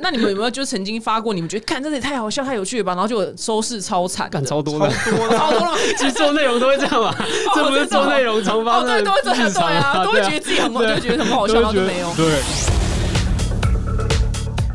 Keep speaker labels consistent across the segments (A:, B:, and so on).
A: 那你们有没有就曾经发过？你们觉得看这也太好笑、太有趣了吧？然后就收视超惨，
B: 干超多
C: 超
B: 的，
C: 多了，
A: 超多了吗。
B: 其实做内容都会这样 吧？这不是做内容常发
A: 哦，
B: 生
A: 对，都会这
B: 的
A: 样，
B: 日
A: 对
B: 常
A: 啊，都会觉得自己很，都
B: 对啊
A: 会觉得很好笑，然后就没有。
B: 对，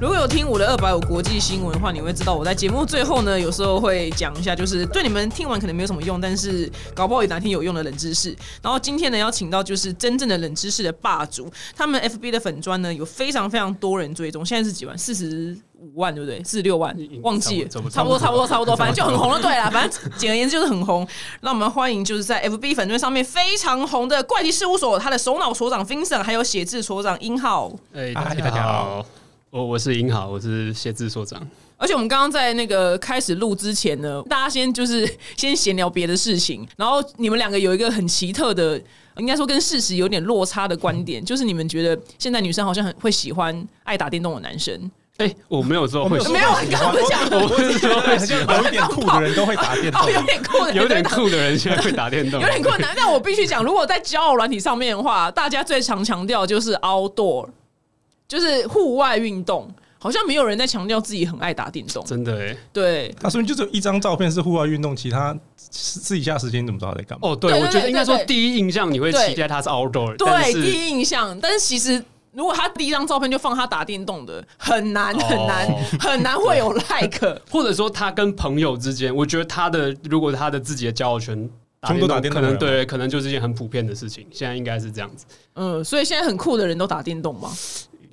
A: 如果有听我的二百五国际新闻的话，你会知道我在节目最后呢，有时候会讲一下，就是对你们听完可能没有什么用，但是搞不好有哪天有用的冷知识。然后今天呢，要请到就是真正的冷知识的霸主，他们 FB 的粉砖呢有非常非常多人追踪，现在是几万？四十。五万对不对？四十六万
B: 嗯，
A: 忘记了
B: 差不多，
A: 差不多，差不多，差不多，反正就很红了。对啦，反正简而言之就是很红。那我们欢迎就是在 FB 粉砖上面非常红的怪奇事务所，他的首脑所长 Vincent，还有写字所长英浩。
B: 哎，
C: 嗨
B: 大
C: 大
B: 家
C: 家
B: 好
C: 好，
B: 我我是英豪，我是谢志所长。
A: 而且我们刚刚在那个开始录之前呢， 大家先就是先闲聊别的事情，然后你们两个有一个很奇特的，应该说跟事实有点落差的观点，就是你们觉得现在女生好像很会喜欢爱打电动的男生，
B: 哎，我没有说
C: 我
B: 会
C: 有说
A: 没有你刚刚不是讲
C: 我我我是说 会喜欢有一点酷的人都会打电 动
A: 哦，，有点酷的，
B: 有点。酷的人现在会打电动，
A: 有点困难，但我必须讲，如果在交友软体上面的话，大家最常强调就是 outdoor，就是户外运动，好像没有人在强调自己很爱打电动。
B: 真的哎。
A: 对，
C: 他说明就只有一张照片是户外运动，其他私私底下时间你怎么知道他在干嘛？
B: 哦，对，
A: 对对
B: 我觉得应该说
A: 对对
B: 第一印象你会
A: 对
B: 期待他是 outdoor，但
A: 对，第
B: 是
A: 一印象，但是其实。如果他第一张照片就放他打电动的，很难很难、
B: 哦
A: 很难会有 like。
B: 或者说他跟朋友之间，我觉得他的如果他的自己的交友圈。
C: 全部都打电
B: 可
C: 动
B: 能
C: 了
B: 对，可能就是一件很普遍的事情。现在应该是这样子，
A: 嗯，所以现在很酷的人都打电动吗？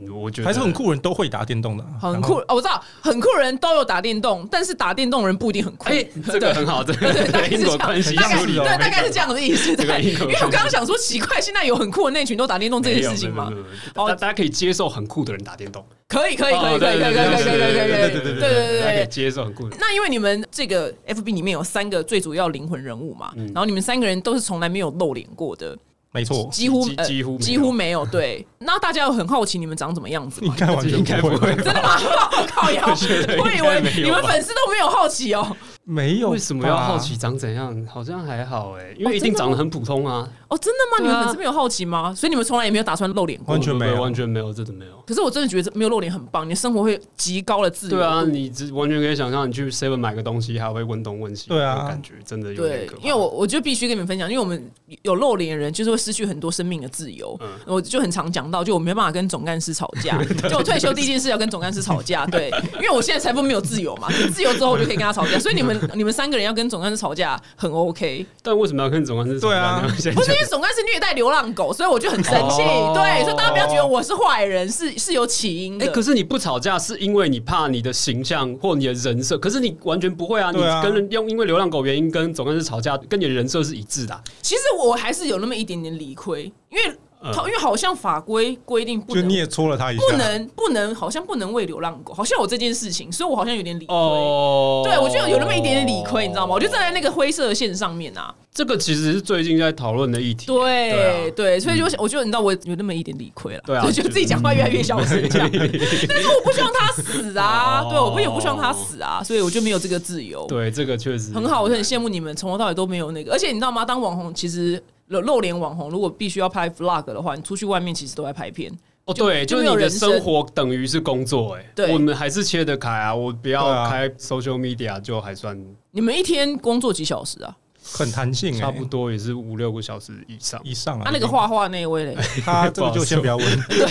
B: 我觉得
C: 还是很酷的人都会打电动的啊，
A: 很
C: 然后
A: 酷哦，我知道，很酷的人都有打电动，但是打电动的人不一定很酷。
B: 哎、这个很好，这个
A: 对大概是
B: 因果关系
C: 这
A: 大概
C: 样
A: 是
B: 梳理
A: 对，
C: 哦
A: 大概是这样的意思。
B: 这个
A: 对，
B: 因
A: 因
B: 果
A: 为我刚刚想说，奇怪，现在有很酷的那群都打电动这件事情吗
B: 没？有？没有没有没有
A: 哦
B: 大大家可以接受很酷的人打电动，
A: 可以，可以，可
B: 哦
A: 以，可以，可以，可以，可以，可以，可以，
B: 对
A: 可以，对
B: 对
A: 对对
B: 对大家可
A: 对
B: 以。接受很酷的人。
A: 那因为你们这个 FB 里面有三个最主要灵魂人物嘛，
B: 嗯
A: 然后你们三个人都是从来没有露脸过的，
C: 没错，
A: 几乎
B: 几
A: 呃
B: 几乎没有
A: 几乎没有。 对，那大家有很好奇你们长什么样子
C: 应
A: 吗？
C: 该完全
B: 应该不
C: 不
B: 会
C: 会，
A: 真的吗？ 我靠呀！
B: 觉得应该
A: 我以为
B: 没有
A: 你们
B: 吧
A: 粉丝都没有好奇哦。
C: 没有
B: 为什么要
C: 吧
B: 好奇？长怎样？好像还好哎、因为
A: 哦
B: 一定
A: 真的吗
B: 长得很普通啊，
A: 哦，真的吗？你
B: 对啊
A: 们粉丝没有好奇吗？所以你们从来也没有打算露脸过。
C: 完全没有
B: 不不不完全没有，真的没有。
A: 可是我真的觉得没有露脸很棒，你的生活会极高的自由。
B: 对啊，你只完全可以想象，你去 Seven 买个东西，还会问东问西，
C: 对啊
B: 那种感觉真的有点
A: 对
B: 可，怕。
A: 因为我我就必须跟你们分享，因为我们有露脸的人，就是会失去很多生命的自由。
B: 嗯
A: 我就很常讲到，就我没办法跟总干事吵 架，就我退休第一件事要跟总干事吵架。对，因为我现在财富没有自由嘛，自由之后我就可以跟他吵架。所以你们你们三个人要跟总干事吵架很 OK，
B: 但为什么要跟总干事吵架？
C: 对啊
B: 你要先
A: 不是因为总干事虐待流浪狗，所以我就很生气。
B: 哦
A: 对，所以大家不要觉得我是坏人，是是有起因
B: 哎、
A: 的。
B: 可是你不吵架是因为你怕你的形象或你的人设，可是你完全不会啊！你
C: 对啊
B: 跟人用因为流浪狗原因跟总干事吵架，跟你的人设是一致的啊、
A: 其实我还是有那么一点点理亏，因为、
B: 嗯
A: 因为好像法规规定不
C: 就
A: 能
C: 你也戳了他一下，
A: 不能不能，好像不能喂流浪狗，好像有这件事情，所以我好像有点理亏。
B: 哦
A: 对，我就有那么一点点理亏，你知道吗？我就站在那个灰色的线上面啊。
B: 这个其实是最近在讨论的议题。
A: 对
B: 对啊
A: 所以就我觉得你知道我有那么一点理亏了，
B: 对啊
A: 我觉得自己讲话越来越小声这 样。但是我不希望他死啊，
B: 哦
A: 对，我不也不希望他死啊，所以我就没有这个自由。
B: 对，这个确实
A: 很好，我很羡慕你们从头到尾都没有那个，而且你知道吗？当网红其实。露脸网红，如果必须要拍 vlog 的话，你出去外面其实都在拍片，
B: 哦，对，
A: 就
B: 就是
A: 没有
B: 你的
A: 人生
B: 生活等于是工作、哎，
A: 对
B: 我们还是切得开啊。我不
C: 对
B: 要
C: 啊
B: 开 social media 就还算
A: 你们一天工作几小时啊？
C: 很弹性哎，
B: 差不多，也是五六个小时以上。
C: 以上啊。
A: 那那个画画那一位嘞？
C: 他这个就先不要问，
A: 对，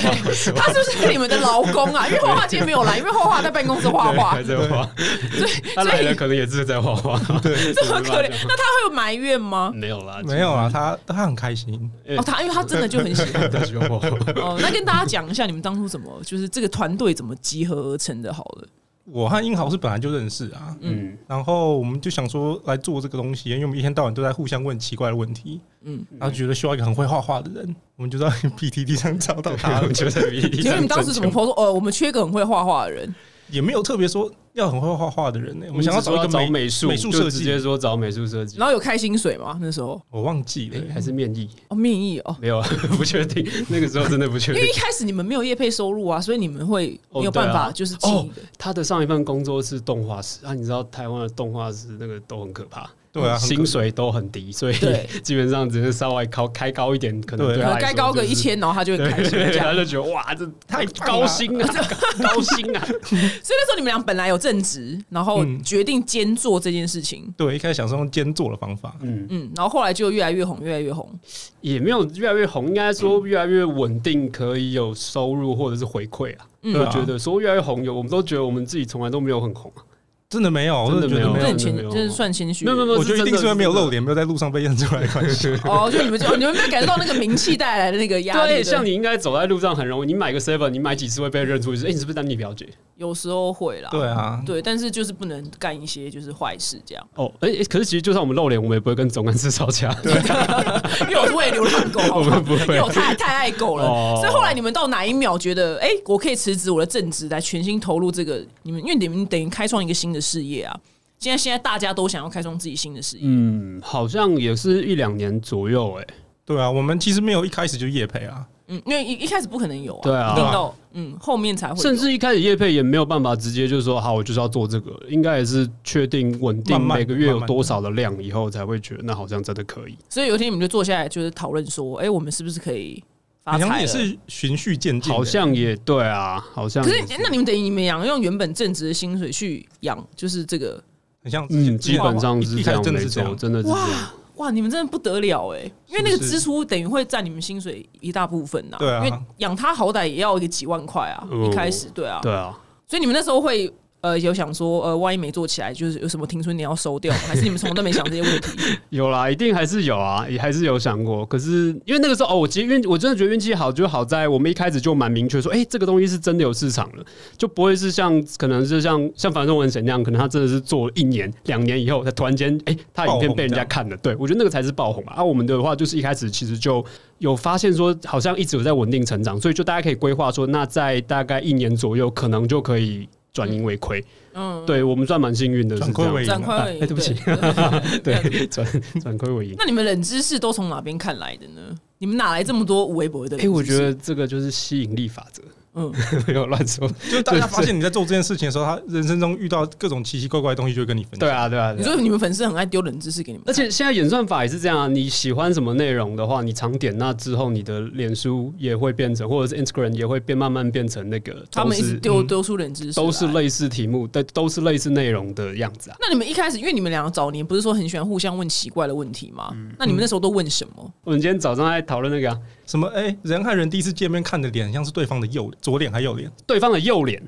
A: 他是不是你们的劳工啊？因为画画今天没有来，因为画画在办公室画
B: 对
A: 画
B: 还，在画，他
A: 所
B: 来
A: 以
B: 了可能也是在画画，
A: 这么可怜。那他会有埋怨吗？
B: 没有啦，
C: 没有啊，他他很开心，
B: 对
A: 哦，他因为他真的就很喜欢。
B: 在学画画。
A: 哦，那跟大家讲一下，你们当初怎么就是这个团队怎么集合而成的？好了，
C: 我和英豪是本来就认识啊，
B: 嗯，
C: 然后我们就想说来做这个东西，因为我们一天到晚都在互相问奇怪的问题，
A: 嗯
C: 嗯，然后觉得需要一个很会画画的人，我们就在 PTT 上找到
B: 他
C: 他，
B: 们就在 PPT
A: 请问
B: 上
A: 你们当时怎么
B: 征求
A: 说？哦，我们缺一个很会画画的人。
C: 也没有特别说要很会画画的人呢、
B: 我们
C: 我们想
B: 只
C: 找
B: 说
C: 一
B: 要
C: 个
B: 找
C: 美
B: 术，
C: 美术设
B: 就直接
C: 计，
B: 说找美术设计，
A: 然后有开薪水吗？那时候
C: 我忘记了、欸
B: 诶还是面议
A: 哦，面议哦，
B: 没有，啊， 不确定，那个时候真的不确
A: 因
B: 定
A: 为 一。开始你们没有业配收入啊，所以你们会
B: 哦
A: 没有
B: 对啊
A: 办法就是进一
B: 哦
A: 个。，
B: 他的上一份工作是动画师啊，你知道台湾的动画师那个都很可怕，
C: 对对啊，很可
B: 薪水都很低，所以
A: 对
B: 基本上只是稍微高开高一点，可能
C: 对
A: 可
B: 对他
A: 能
B: 来
A: 该
B: 说
A: 高个
B: 就是
A: 一，千，然后他就会
B: 对
A: 开心
B: 对，
A: 这
B: 他
A: 样。
B: 就觉得哇，这 太
C: 太棒
B: 高
C: 了
B: 薪啊，高薪啊，
A: 所以那时候你们俩本来有正职，然后
C: 嗯
A: 决定兼做这件事情，
C: 对，一开始想是用兼做的方法，
B: 嗯，
A: 嗯，然后后来就越来越红，越来越红。
B: 也没有越来越红，应该说越来越稳定，可以有收入或者是回馈啊。
A: 嗯
B: 我
C: 对啊
B: 觉得说越来越红，有我们都觉得我们自己从来都没有很红啊，
C: 真的没有，我
B: 真
C: 真
B: 的
C: 的觉
B: 没
C: 得
B: 有
C: 没
A: 这
C: 有
A: 很。谦
B: 没，有
A: 这是算谦虚
B: 没
A: 的。
B: 有没有没有
C: 我觉得一定是因为没有
B: 是真的
C: 露脸，没有在路上被认出来的关 系。
A: 哦，就你们就你们没有感受到那个名气带来的那个压力。
B: 对，像你应该走在路上很容易，你买个 seven，你买几次会被认出去？哎、你是不是丹尼表姐？
A: 有时候会啦，
C: 对啊，
A: 对，但是就是不能干一些就是坏事这样，
B: 哦，哎、哎可是其实就算我们露脸，我们也不会跟总干事吵 架。
A: 因为我是喂流浪 狗，好不好？因为我太太爱狗了，
B: 哦
A: 所以后来你们到哪一秒觉得，哎、我可以辞职我的正职，来全心投入这个你们，因为你们等于开创一个新的事业啊。现在现在大家都想要开创自己新的事业，
B: 嗯，好像也是一两年左右、哎，
C: 对啊，我们其实没有一开始就夜配啊，
A: 嗯，因为一一开始不可能有啊，
B: 对啊
A: 一定到嗯后面才会有，
B: 甚至一开始叶配也没有办法直接就说好，我就是要做这个，应该也是确定稳定
C: 慢慢地
B: 每个月有
C: 慢慢地
B: 多少的量以后，才会觉得那好像真的可以。
A: 所以有一天你们就坐下来就是讨论说，哎、我们是不是可以发
C: 好
A: 财
C: 像
A: 了？
C: 也是循序渐进的，
B: 好像也对啊，好像
A: 可是
B: 也
A: 那你们等于你们养用原本正职的薪水去养，就是这个
C: 很像之前
B: 嗯，基本上是
C: 一
B: 这
C: 开始
B: 样，
C: 真的
B: 没
C: 是这
B: 错，
C: 样，
B: 真的是这
A: 哇
B: 样。
A: 哇，你们真的不得了哎、因为那个
C: 是不是
A: 支出等于会占你们薪水一大部分呐、
C: 对啊哦
A: 因为养它好歹也要一个几万块啊，
B: 嗯
A: 一开始对啊，
B: 对啊，
A: 所以你们那时候会呃有想说呃，万一没做起来，就是有什么停损点要收 掉吗，还是你们从来都没想这些问题？
C: 啊
B: 有啦，一定还是有啊，也还是有想过。可是因为那个时候哦，我其实运我真的觉得运气好，就好在我们一开始就蛮明确说，哎、这个东西是真的有市场了，就不会是像可能是像像樊仲文神那样，可能他真的是做了一年两年以后，他突然间哎、他影
C: 爆
B: 片
C: 红
B: 被人
C: 这
B: 家
C: 样
B: 看了。对我觉得那个才是爆红吧。啊，我们的话就是一开始其实就有发现说，好像一直有在稳定成长，所以就大家可以规划说，那在大概一年左右，可能就可以转盈为亏。
A: 嗯，
B: 对我们算蛮幸运的，
C: 转
B: 是这
C: 亏
B: 样
C: 为盈
A: 转
C: 啊。
A: 亏为盈。
B: 哎对不起对，转转亏为盈。
A: 那你们冷知识都从哪边看来的呢？你们哪来这么多无微博的冷知
B: 哎、
A: 识？
B: 我觉得这个就是吸引力法则，
A: 嗯，
B: 没有乱说。
C: 就是大家发现你在做这件事情的时候，他人生中遇到各种奇奇怪怪的东西，就会跟你分享。
B: 对啊，对啊，
A: 你
B: 对啊。
A: 说你们粉丝很爱丢冷知识给你们
B: 而
A: 看，
B: 且现在演算法也是这样啊，你喜欢什么内容的话，你常点那之后，你的脸书也会变成，或者是 Instagram 也会变，慢慢变成那个，
A: 他们一直
B: 都是嗯
A: 丢丢出冷知识，
B: 都是。类似题目，但都是类似内容的样子啊。
A: 那你们一开始，因为你们两个早年不是说很喜欢互相问奇怪的问题吗？
B: 嗯
A: 那你们那时候都问什么？
B: 我们今天早上在讨论那个、啊、
C: 什么？哎、人和人第一次见面看的脸很像是对方的右左脸还右脸，
B: 对方的右脸，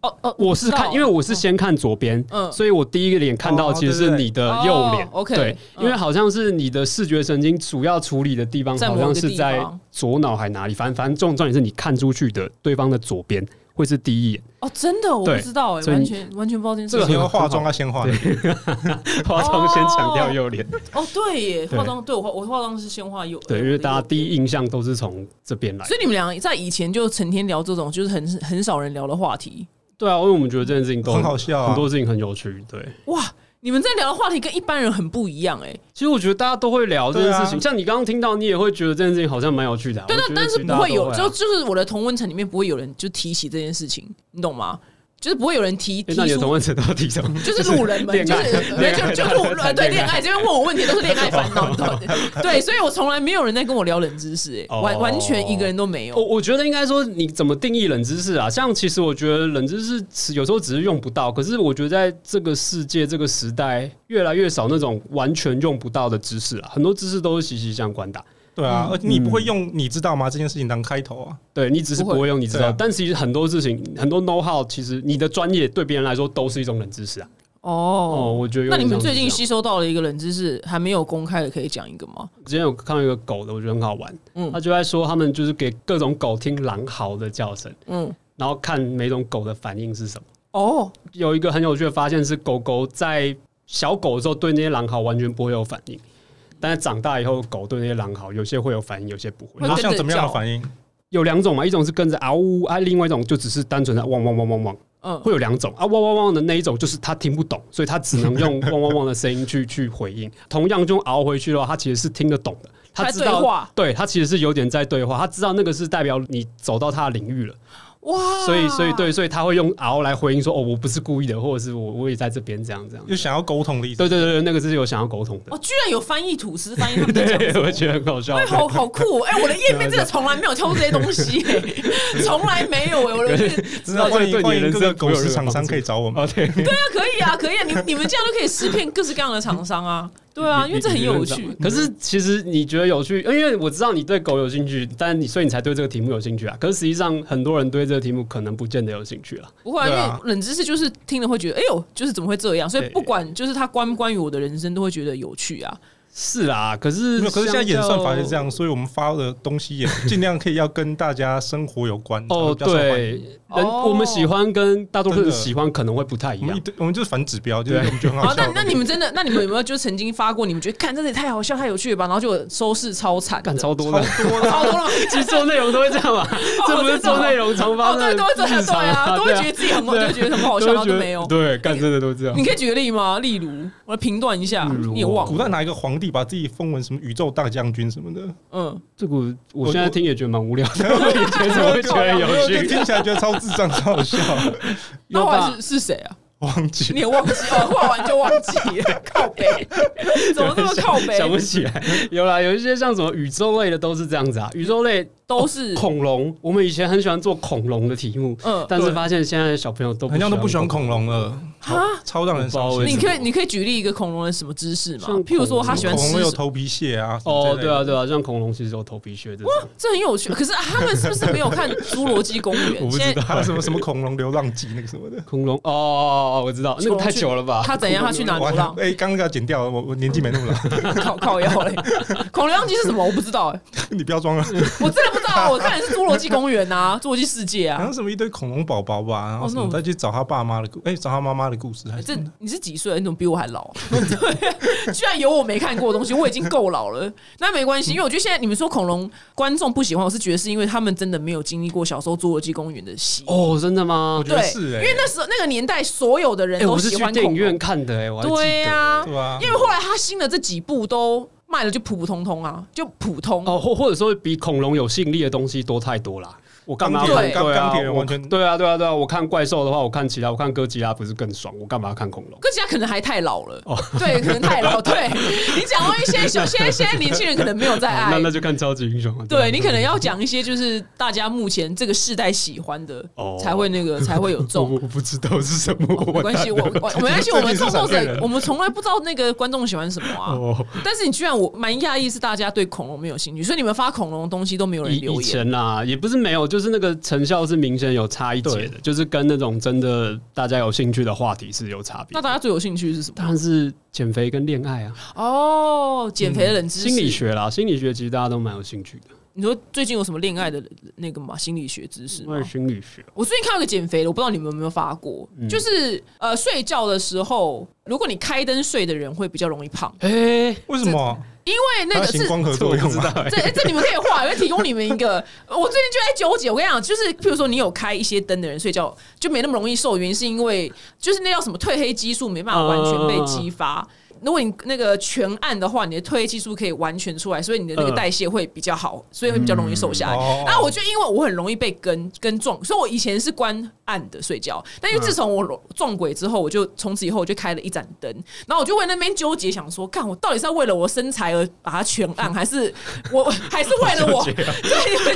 A: 哦哦，
B: 我是看，因为我是先看左边，
A: 嗯
B: 所以我第一个脸看到
C: 哦
B: 其实是你的右
A: 对
B: 脸
A: 对对哦。，OK，
B: 对，
A: 嗯
B: 因为好像是你的视觉神经主要处理的地方，
A: 在某
B: 好
A: 个
B: 像是在
A: 地方
B: 左脑还哪里，反正反正重重点是你看出去的对方的左边会是第 一眼。
A: 哦，真的我
B: 对
A: 不知道哎、
B: 所以
A: 完
B: 你
A: 全完全不知道这件事
B: 这个
A: 情。
C: 你要化妆啊，先化。
B: 化妆先强调右脸，
A: 哦，对耶，
B: 对
A: 化妆对我化我化妆是先画右，
B: 对，
A: 呃
B: 因为大家第。
A: 我的
B: 一印象都是从这边来
A: 右。所以你们俩在以前就成天聊这种就是很很少人聊的话题，
B: 对啊，因为我们觉得这件事情都
C: 很好笑啊
B: 很多事情很有趣。对，
A: 哇，你们在聊的话题跟一般人很不一样哎、
B: 其实我觉得大家都会聊这件事情，
C: 对啊
B: 像你刚刚听到，你也会觉得这件事情好像蛮有趣的啊、
A: 对，
B: 我
A: 但
B: 觉得
A: 但是
B: 其实
A: 不
B: 大家
A: 会
B: 都
A: 有，
B: 啊
A: 就就是我的同温层里面不会有人就提起这件事情，你懂吗？就是不会有人提
B: 诶
A: 提
B: 那你的
A: 出
B: 同温层到底什么？
A: 就是路人们，
B: 恋
A: 就是
B: 爱
A: 对就就路
B: 恋爱
A: 对恋爱这边问我问题都是恋爱烦恼，你懂吗对，所以我从来没有人在跟我聊冷知识，哎，
B: 哦
A: 完完全一个人都没
B: 我
A: 有。
B: 我觉得应该说，你怎么定义冷知识啊？像其实我觉得冷知识有时候只是用不到，可是我觉得在这个世界、这个时代，越来越少那种完全用不到的知识啊。很多知识都是息息相关的啊、
C: 对啊，而且你不会用“你知道吗”这件事情当开头啊。
B: 对你只是
A: 不
B: 不
A: 会
B: 会用，你知
C: 对
B: 道，
C: 啊
B: 但其实很多事情、很多 know how，其实你的专业对别人来说都是一种冷知识啊。哦，
A: 哦，
B: 我觉得有
A: 那你
B: 点
A: 们
B: 像是
A: 最近
B: 这样
A: 吸收到了一个冷知识，还没有公开的，可以讲一个吗？
B: 之前有看到一个狗的，我觉得很好玩，
A: 嗯
B: 他就在说他们就是给各种狗听狼嚎的叫声，
A: 嗯，
B: 然后看每种狗的反应是什么。
A: 哦，
B: 有一个很有趣的发现是，狗狗在小狗的时候对那些狼嚎完全不会有反应，但是长大以后，狗对那些狼嚎有些会有反应，有些不会
A: 会。
C: 然后
A: 跟着
C: 像怎么样的
A: 叫
C: 反应？
B: 有两种嘛，一种是跟着嗷呜啊，另外一种就只是单纯的汪汪汪汪汪，
A: 嗯，
B: 会有两种啊，汪汪汪的那一种就是它听不懂，所以它只能用汪汪汪的声音去去回应。同样就嗷回去的话，它其实是听得懂的。它
A: 在
B: 知
A: 对
B: 道，
A: 话
B: 对它其实是有点在对话，它知道那个是代表你走到它的领域了，
A: 哇，
B: 所以所以对，所以他会用熬来回应说哦，我不是故意的，或者是我我也在这边这样这样。
C: 就想要沟通的意思。
B: 对对对对，那个是有想要沟通的
A: 哦，，居然有翻译吐司翻译他们在讲
B: 对，
A: 什么
B: 我觉得很搞笑
A: 哎，。好好酷哦！哎、我的页面真的从来没有挑这些东 西、哎，从来没有哎、我的页
B: 知道
C: 欢
B: 这
C: 迎
B: 对
C: 欢
B: 你
C: 迎
B: 人
C: 各个
B: 生
C: 狗食厂商可以找我们。
B: 哦，对，
A: 那可以啊，可以啊，你你们这样就可以识骗各式各样的厂商啊，对 啊，因为这很有趣。
B: 可是其实你觉得有趣，因为我知道你对狗有兴趣，但你所以你才对这个题目有兴趣啊。可是实际上很多人对这个题目可能不见得有兴趣啊。
A: 不会、啊，因
C: 对啊
A: 为冷知识就是听了会觉得，哎呦，就是怎么会这样？所以
B: 对
A: 不管就是它关不关于我的人生，都会觉得有趣啊。
B: 是啦，可是
C: 没有，可是现在演
B: 相较
C: 算法是这样，所以我们发的东西也尽量可以要跟大家生活有关。然后
B: 哦，
C: 比较受欢
B: 对
C: 迎，，
B: 人
A: 哦
B: 我们喜欢跟大多数
C: 真
B: 人
C: 的
B: 喜欢可能会不太一
C: 我们一
B: 样。
C: 堆我们就是反指标，就是
B: 对
C: 我们觉得很
A: 好
C: 好，
A: 那
C: 笑。
A: 那你们真的，那你们有没有就曾经发过？你们觉得看这也太好笑、太有趣了吧？然后就收视超惨的，
B: 干超多
C: 超
B: 的，
C: 多的，
A: 超多 了。
B: 其实做内容都会这样 吧？这不是做内容常发
A: 哦，
B: 生
A: 对，都会这
B: 的
A: 样，对
B: 日常
A: 啊，都会
B: 对
A: 觉得自己很，好，都会觉得很好笑，
B: 都
A: 然后
B: 会觉
A: 就
B: 得
A: 没有。
B: 对，干真的都这样
A: 你。可以举个例吗？例如，我来评断一下，
B: 例如哦
A: 你也忘
C: 古
A: 了，
C: 代哪一个皇帝把自己封为什么宇宙大将军什么的？
A: 嗯，
B: 这个我
C: 我
B: 我现在听也觉得蛮无聊的，我以前怎么会觉得有
C: 就
B: 趣？
C: 听起来觉得超智障、超好笑，
A: 那
B: 有
A: 后
B: 吧
A: 来？是是谁啊？
C: 忘 记
A: 你也忘记 了，画完就忘记了， 靠北，怎么这么靠
B: 想不
A: 北？
B: 起来，有啦，有一些像什么宇宙类的都是这样子啊。宇宙类
A: 都是
B: 恐龙，我们以前很喜欢做恐龙的题目，
A: 嗯
B: 但是发现现在的小朋友都
C: 好像都不喜欢
B: 恐
C: 恐龙了，超超让人伤
B: 我不知道为
C: 心。
A: 你
B: 什么
A: 可以，你可以举例一个恐龙的什么姿势吗
B: 像？
A: 譬如说，他喜欢
C: 恐龙
A: 吃
C: 有
A: 什，
C: 头皮屑啊，什么
B: 哦，
C: 之类
B: 对
C: 的
B: 啊，对啊，像恐龙其实有头皮屑这种。
A: 这很有趣。可是啊他们是不是没有看《侏罗纪公园
B: 我》？不知
A: 现在
B: 道
C: 还有什么什么恐龙流浪记那个什么的。
B: 恐龙哦哦，哦我知道，那个太久了吧？
A: 他怎样？他去哪啊 流
C: 完了
A: 浪？
C: 哎，刚刚给它剪掉了，我我年纪没那么 老，
A: 靠靠腰嘞？恐龙量级是什么？我不知道哎，
C: 你不要装了。
A: 我真的不知道。啊我看的是《侏罗纪公园》啊，《侏罗纪世界》
C: 好
A: 啊
C: 像。什么一堆恐龙宝宝吧，然后什
A: 哦
C: 么
A: 那
C: 再去找他爸妈的故，哎、找他妈妈的故事还是
A: 这
C: 什么的
A: 你是几岁啊？你怎么比我还老啊、 对啊，居然有我没看过的东西，我已经够老了。那没
B: 嗯
A: 关系，因为我觉得现在你们说恐龙观众不喜欢，我是觉得是因为他们真的没有经历过小时候《侏罗纪公园》的戏。
B: 哦，真的吗
C: 我？觉
A: 对
C: 得，是哎、
A: 因为那时候那个年代，所有的人
B: 哎，
A: 都
B: 我是
A: 喜
B: 去
A: 欢
B: 电影
A: 恐
B: 院
A: 龙。
B: 看的，哎，我还记
A: 对
B: 得。
A: 啊，
C: 对啊
A: 因为后来他新的这几部都卖的就普普通通啊，就普通。
B: 哦，或或者说比恐龙有吸引力的东西多太多啦。我干嘛
C: 钢
A: 铁人
B: 看
C: 钢
B: 对啊
C: 钢铁人
B: 我
C: 完全
B: 对啊，对啊，对啊！我看怪兽的话，我看其他，我看哥吉拉不是更爽？我干嘛看恐龙？
A: 哥吉拉可能还太老了，
B: 哦
A: 对，可能太老。 对你讲到一些小，现在现在年轻人可能没有在爱，
B: 那那就看超级英雄了。啊
A: 对你可能要讲一些就是大家目前这个世代喜欢的，
B: 哦
A: 才会那个才会有
B: 我
A: 中。
B: 我不知道是什么，
A: 没关系，我我我没关系，我们创
C: 这就是
A: 作
C: 闪电
A: 者
C: 人，
A: 我们从来不知道那个观众喜欢什么啊。
B: 哦，
A: 但是你居然我蛮讶异，是大家对恐龙没有兴趣，所以你们发恐龙的东西都没 有人
B: 以
A: 留
B: 以
A: 言。
B: 前啦，也不是没有，就是那个成效是明显有差一截的，就是跟那种真的大家有兴趣的话题是有差别
A: 那。大家最有兴趣是什么？
B: 但是减肥跟恋爱啊，
A: 哦，减肥的冷知识。
B: 心理，学啦，心理学其实大家都蛮有兴趣的。
A: 你说最近有什么恋爱的那个嘛心理学知识吗
B: 关于？心理学，嗯
A: 我最近看到一个减肥的，我不知道你们有没有发过，就是呃睡觉的时候，如果你开灯睡的人会比较容易胖，
B: 哎，
C: 为什么？
A: 因为那
C: 它
A: 个
C: 行
A: 是
C: 光合
B: 这我不
C: 作用
B: 知道
C: 嘛？
B: 哎。
A: 这这你们可以画，我会提供你们一个。我最近就在纠结，我跟你讲，就是譬如说你有开一些灯的人睡觉就没那么容易瘦，原因是因为就是那叫什么褪黑激素没办法完全被激发。如果你那个全暗的话，你的褪黑激素可以完全出来，所以你的那个
B: 嗯
A: 代谢会比较好，所以会比较容易瘦下来。
C: 哦
A: 然后我就因为我很容易被跟跟撞，所以我以前是关暗的睡觉，但因为自从我撞鬼之后，我就从此以后我就开了一盏灯，然后我就为那边纠结，想说，看我到底是要为了我身材而把它全 暗，还是我还是为了 我？对，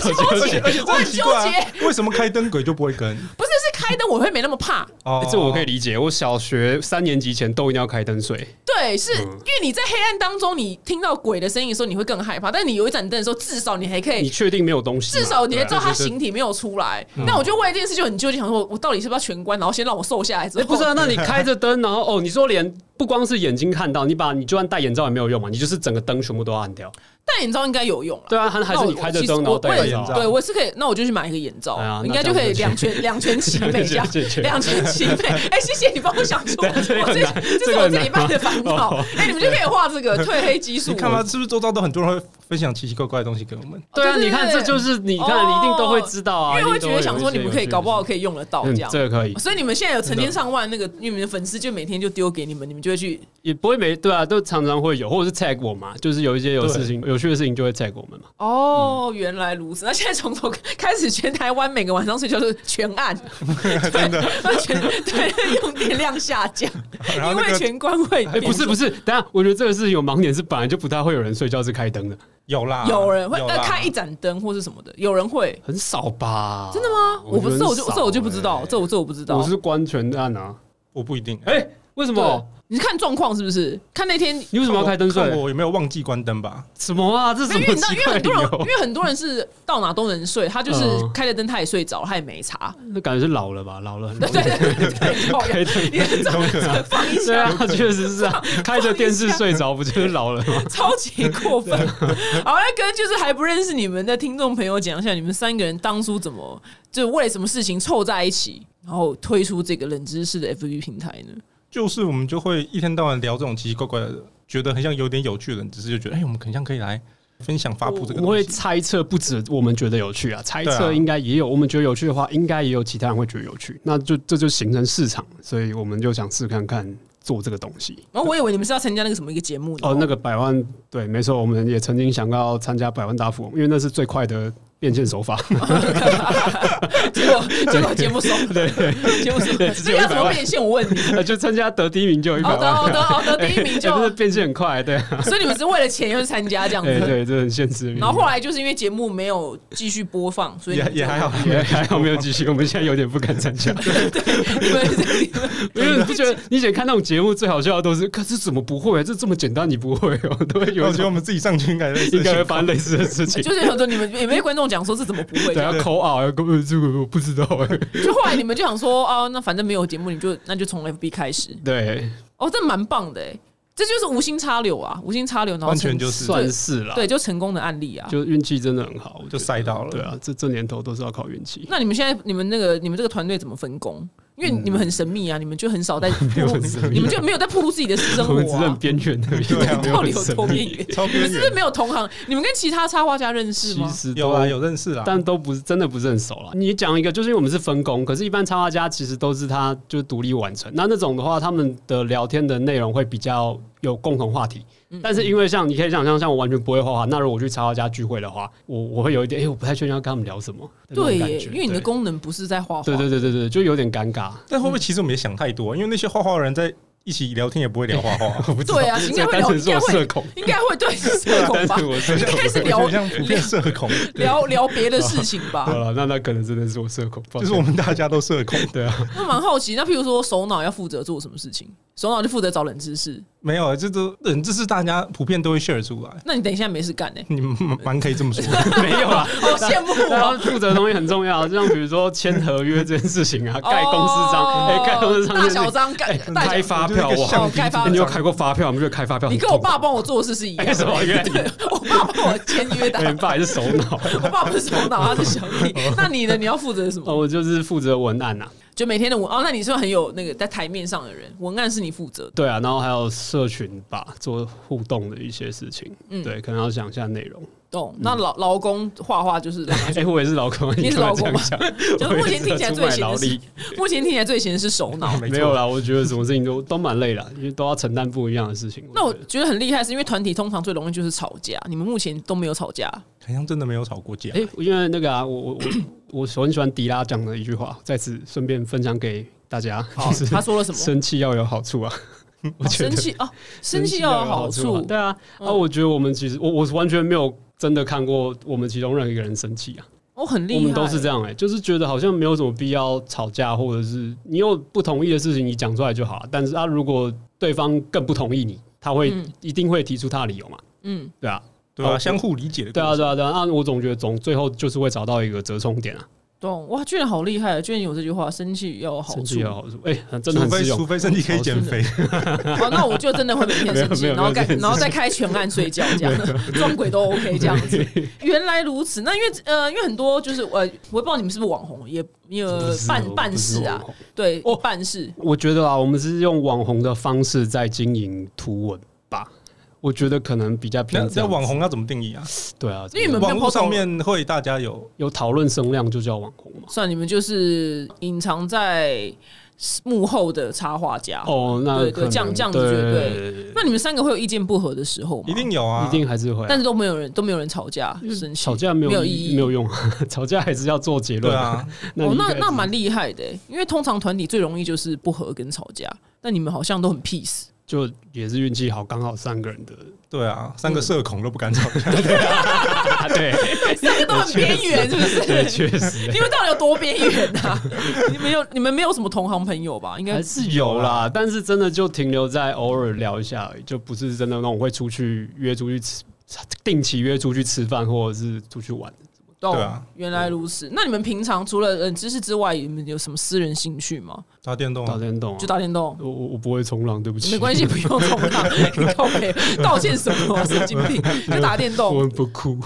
A: 很纠结，
C: 而且这
A: 我很
C: 很奇
A: 纠
C: 怪、
A: 结
C: 啊，，为什么开灯鬼就不会跟？
A: 不是是开灯我会没那么怕，
C: 哦
B: 欸这我可以理解。我小学三年级前都一定要开灯睡，
A: 对，是因为你在黑暗当中，你听到鬼的声音的时候，你会更害怕，但你有一盏灯的时候，至少你还可以
B: 你确定没有东西吗？
A: 至少你也知道
B: 对啊
A: 他形体没有出来。但我就为这件事就很纠结，想说我我到底是不是要全关，然后先让我瘦下来之
B: 欸
A: 后，
B: 不是啊，那你开着灯，然后哦，你说连不光是眼睛看到，你把你就算戴眼罩也没有用嘛，你就是整个灯全部都要按掉。
A: 戴眼罩应该有用了。
B: 对啊，还还
A: 那
B: 是
A: 我
B: 你开着
A: 其实
B: 灯，然后
A: 我
B: 戴眼
A: 为
B: 罩
A: 了
B: 啊。
A: 对我是可以，那我就去买一个眼罩，
B: 哎呀
A: 应该就可以
B: 那这样
A: 两全两全其美这样
B: 这样，就
A: 两全 其美。哎，谢谢你帮我想出，
B: 对
A: 我
B: 啊这个很
A: 这
B: 难
A: 这
B: 这
A: 是
B: 个
A: 我
B: 很
A: 这礼拜
B: 难
A: 的烦恼
B: 哦。
A: 哎，你们就可以画这个褪黑激素
C: 你。看嘛，是不是周遭都很多人会分享奇奇怪怪的东西给我们。
B: 对啊，
A: 对对
B: 你看，这
A: 对
B: 就是你看，
A: 哦
B: 你一定都会知道啊，
A: 因为会
B: 一定
A: 觉
B: 都有
A: 得想说你们可以搞不好可以用得到
B: 嗯
A: 这样。
B: 这个可以，
A: 所以你们现在有成千上万那个，你们的粉丝就每天就丢给你们，你们就会去
B: 也不会没对啊，都常常会有，或者是 tag 我嘛，就是有一些有
C: 对
B: 事情有趣的事情就会 tag 我们嘛。
A: 哦，原来如此。那现在从头开始，全台湾每个晚上睡觉都是全暗，
C: 真的，
A: 那全对用电量下降，
C: 然后
A: 因
C: 那
A: 为
C: 个
A: 全关会
B: 哎，不是不
A: 是。
B: 是，等一下我觉得这个是有盲点，是本来就不太会有人睡觉是开灯的，
C: 有啦，
A: 有人会
C: 有
A: 呃
C: 啦
A: 开一盏灯或是什么的，有人会
B: 很少吧？
A: 真的吗？我不
B: 觉
A: 是，
B: 得
A: 这我
B: 很
A: 就
B: 少
A: 这我就不知道
B: 欸，
A: 这我这我不知道。
B: 我是关全暗啊。
C: 我不一定。哎，
B: 哎，为什么？
A: 你是看状况是不是？看那天
B: 你为什么要开灯
C: 看
B: 睡？
C: 我有没有忘记关灯吧？
B: 什么啊？这是什
A: 因
B: 么
A: 为你知道，
B: 奇
A: 因为
B: 怪
A: 很多人，
B: 理
A: 因
B: 由？
A: 为很多人是到哪都能睡，他就是
B: 嗯
A: 开了灯他也睡着，他也没查。
B: 那感觉是老了吧？老了很容
A: 对
B: 易
A: 对对对，靠
B: 开
A: 呀
B: 灯。
A: 你这
C: 有可能。
A: 放一
B: 对
A: 下
B: 啊，，确实 是啊，开着电视睡着不就是老了吗？
A: 超级过分。 好，那跟就是还不认识你们的听众朋友讲一下，你们三个人当初怎么就为了什么事情凑在一起，然后推出这个冷知识的 FB 平台呢？
C: 就是我们就会一天到晚聊这种奇奇怪怪的，觉得很像有点有趣的人，只是就觉得，哎、我们很像可以来分享发布这个
B: 我
C: 东
B: 会
C: 西。
B: 猜测，不止我们觉得有趣啊，猜
C: 对
B: 测
C: 啊
B: 应该也有，我们觉得有趣的话，应该也有其他人会觉得有趣，那就这就形成市场，所以我们就想试看看做这个东西。
A: 然后我以为你们是要参加那个什么一个节目的
B: 哦，那个百万，对，没错，我们也曾经想要参加百万大富翁，因为那是最快的变现手 法。
A: 结 果哦结果节目收了，节目收了，
B: 直
A: 这
B: 接
A: 个要
B: 100
A: 怎么
B: 万
A: 变现？我问你。
B: 那就参加得第一名就有一百
A: 好的，
B: 万，哎
A: 好的，好的，第一 名就
B: 真，的变现很快，对，
A: 所以你们是为了钱又去参加这样
B: 对
A: 子。
B: 对，这很现实的命运。
A: 然后后来就是因为节目没有继续播放，所以你
C: 也
A: 们就
C: 也还好，
B: 也 还好没有继续，我们现在有点不敢参加。
A: 你们你们
B: 因为 你不觉得你以前看那种节目最好笑的都是，可是怎么不会、这这么简单你不会哦、 都会有
C: 我
B: 一
C: 觉得我
B: 种
C: 们自己上去应该类 似
B: 应
C: 的
B: 该会
C: 情
B: 发
C: 况
B: 生类似的事情。
A: 哎就是很多你们也被观众讲说这怎么不会这
B: 等
A: 样
B: 下口耳要跟 这个我不知道哎、
A: 就后来你们就想说，哦，那反正没有节目，你就那就从 FB 开始。
B: 对，
A: 哦，这蛮棒的哎，这就是无心插柳啊，无心插柳，然后
C: 完全
A: 成
C: 就是
B: 算是啦，
A: 对，就成功的案例啊。
B: 就运气真的很好，我觉得
C: 就塞到了
B: 对啊，这这年头都是要靠运 气。
A: 那你们现在你们那个你们这个团队怎么分工？因为你们很神秘啊，你们就很少 在暴露
B: 很神 秘啊
A: 你们就没有在暴露自己的私生
B: 我们只
A: 活
B: 是很
A: 啊。
B: 边缘的，
C: 对啊
B: 没有
A: 到底
B: 很
A: 有
B: 神
A: 多边
B: 秘。
A: 缘？
C: 超
A: 你
C: 边
A: 们是不是
C: 缘。
A: 没有同行？你们跟其他插画家认识
B: 其
A: 吗？
B: 实都
C: 有啊，有认识啦，
B: 但都不是真的不是很熟了。你讲一个，就是因为我们是分工，可是一般插画家其实都是他就是独立完成。那那种的话，他们的聊天的内容会比较有共同话题。
A: 嗯
B: 但是因为像你可以想象，像我完全不会画画，那如果我去插画家聚会的话，我我会有一点，哎、我不太确定要跟他们聊什么。那种
A: 对
B: 感
A: 耶，
B: 觉
A: 因为你的
B: 对
A: 功能不是在画画，
B: 对对对对对，就有点尴尬。
C: 但会不会其实我们也想太多？因为那些画画的人在一起聊天也不会聊画画，
B: 我不知道
A: 对啊，应该
B: 这
A: 会
B: 单
A: 聊，
B: 纯
A: 应
B: 是
A: 该
B: 我社
A: 会
B: 恐，
A: 应该会对社恐
B: 单
A: 吧
B: 纯？我社
A: 应
B: 恐。
A: 该是
C: 我
A: 聊
C: 觉得像普遍社 恐，
A: 聊聊别的事情吧
B: 好。了，那那可能真的啊是我社恐，抱
C: 就是
B: 歉
C: 我们大家都社恐。
B: 对啊，
A: 那蛮好奇，那譬如说首脑要负责做什么事情？首脑就负责找冷知识。
C: 没有，这都嗯，这是大家普遍都会 share 出来。
A: 那你等一下没事干呢、欸
C: 你们蛮可以这么说，
B: 没有啊 啦，
A: 好羡慕
B: 大家
A: 哦！
B: 负责的东西很重要，就像比如说签合约这件事情啊，盖公司章，哎、
A: 哦
B: 盖公司章这
A: 大
B: 件事情，
A: 小章盖大小
B: 开发票
C: 就是一个
B: 哇
C: 橡
A: 哦，
C: 皮
A: 开发
B: 哎你有
A: 票。
B: 开过发票？我们就开发票。
A: 你跟我爸帮我做的事是一样
B: 哎什么
A: 的，
B: 原因
A: 对， 我爸帮我签约
B: 哎，
A: 的啊
B: 你，爸还是首脑。
A: 我爸不是首脑，啊他是小弟。那你呢？你要负责什么？
B: 哦哦，我就是负责文案呐、啊，
A: 就每天的文哦，那你是不是很有那个在台面上的人，文案是你负责的。
B: 对啊，然后还有社群吧，做互动的一些事情，
A: 嗯
B: 对，可能要想一下内容。
A: 懂？那
B: 嗯
A: 老劳工画画就是 老
B: 哎、我也是老公，
A: 你是
B: 干嘛
A: 老
B: 这
A: 公
B: 样
A: 吗
B: 想？
A: 就是目前听起来最
B: 我也是在出卖
A: 闲
B: 劳
A: 的
B: 力
A: 是，目前听起来最闲的是首脑。
C: 没
B: 没
C: 错
B: 有啦，我觉得什么事情都都蛮累的，啊因为都要承担不一样的事情。
A: 那我
B: 觉得
A: 觉得很厉害，是因为团体通常最容易就是吵架，你们目前都没有吵架。
C: 好像真的没有吵过架。
B: 哎、因为那个啊，我我我我很喜欢迪拉讲的一句话，在此顺便分享给大家，
A: 好
B: 就是，
A: 哦他说了什么？
B: 生气要有好处啊。我
A: 哦
B: 觉得
A: 生气哦，生气要有好
B: 啊
A: 处。嗯
B: 对啊，啊，我觉得我们其实我我完全没有真的看过我们其中任何一个人生气啊，
A: 我哦很厉害，
B: 我们都是这
A: 样。
B: 样哎、就是觉得好像没有什么必要吵架，或者是你有不同意的事情你讲出来就好了。但是啊，如果对方更不同意你，他会、
A: 嗯
B: 一定会提出他的理由嘛，
A: 嗯，
B: 对啊，
C: 对
B: 好
C: 啊，
B: 我
C: 相互理解的。
B: 对啊，，对啊，对啊。啊，我总觉得总最后就是会找到一个折冲点啊，
A: 懂哇，居然好厉害，居然有这句话，生气要有好
B: 生
A: 处
B: 气。有好处，哎、真的
C: 除
B: 很
C: 非
B: 实
C: 除
B: 用。
C: 非身体可以减肥，
A: 哦，那我就真的会每天生气，
B: 没有没有
A: 然后盖
B: 没有这件事
A: 然后再开全案睡觉 这样，撞鬼都 OK 这样子。原来如此，那因为呃，因为很多就是呃，我也不知道你们是不是网红，也也
B: 不是
A: 办
B: 我
A: 办
B: 不是
A: 事啊
B: 网，红
A: 对
B: 哦，
A: 办事
B: 我觉得啊，我们是用网红的方式在经营图文吧。我觉得可能比较
C: 那
B: 偏这
C: 那
B: 样子
C: 网红要怎么定义啊？
B: 对啊，
A: 因为你们没有
C: 网络
A: po
C: 上
A: 讨论
C: 面会大家有
B: 有讨论声量就叫网红嘛。
A: 算你们就是隐藏在幕后的插画家。
B: 哦，那
A: 啊对对
B: 可能
A: 这样这样子
B: 对
A: 就对
B: 对
A: 那你们三个会有意见不合的时候吗？
C: 一定有啊，
B: 一定还是会啊、
A: 但是都没有人都没有人吵架，生气
B: 吵架没有
A: 没有
B: 意
A: 意义
B: 没有用 啊，吵架还是要做结
C: 对
B: 论。
C: 啊。
B: 你
A: 哦，
B: 一
A: 那
B: 开始
A: 那蛮厉害的欸，因为通常团体最容易就是不和跟吵架，但你们好像都很 peace。
B: 就也是运气好，刚好三个人的，
C: 对啊，三个社恐都不敢吵
B: 嗯
C: 架，
B: 啊、 对
A: 三个都很边缘，是不
B: 对，
A: 是？
B: 确实啊
A: 你们到底有多边缘呐？ 你们有你们没有什么同行朋友吧？应该
B: 还是有啦，但是真的就停留在偶尔聊一下而已，就不是真的那种会出去约出去吃，定期约出去吃饭或者是出去玩。
A: 懂
C: 对啊
A: 原来如此。那你们平常除了冷知识之外，你们有什么私人兴趣吗？
C: 打电动
B: 打
C: 啊，
B: 电动、啊
A: 就，打电动。
B: 我我我不会冲浪，对不起，
A: 没关系，，不用冲浪。 你告白道歉什么？神经病！就打电
B: 我
A: 动，
B: 们不哭。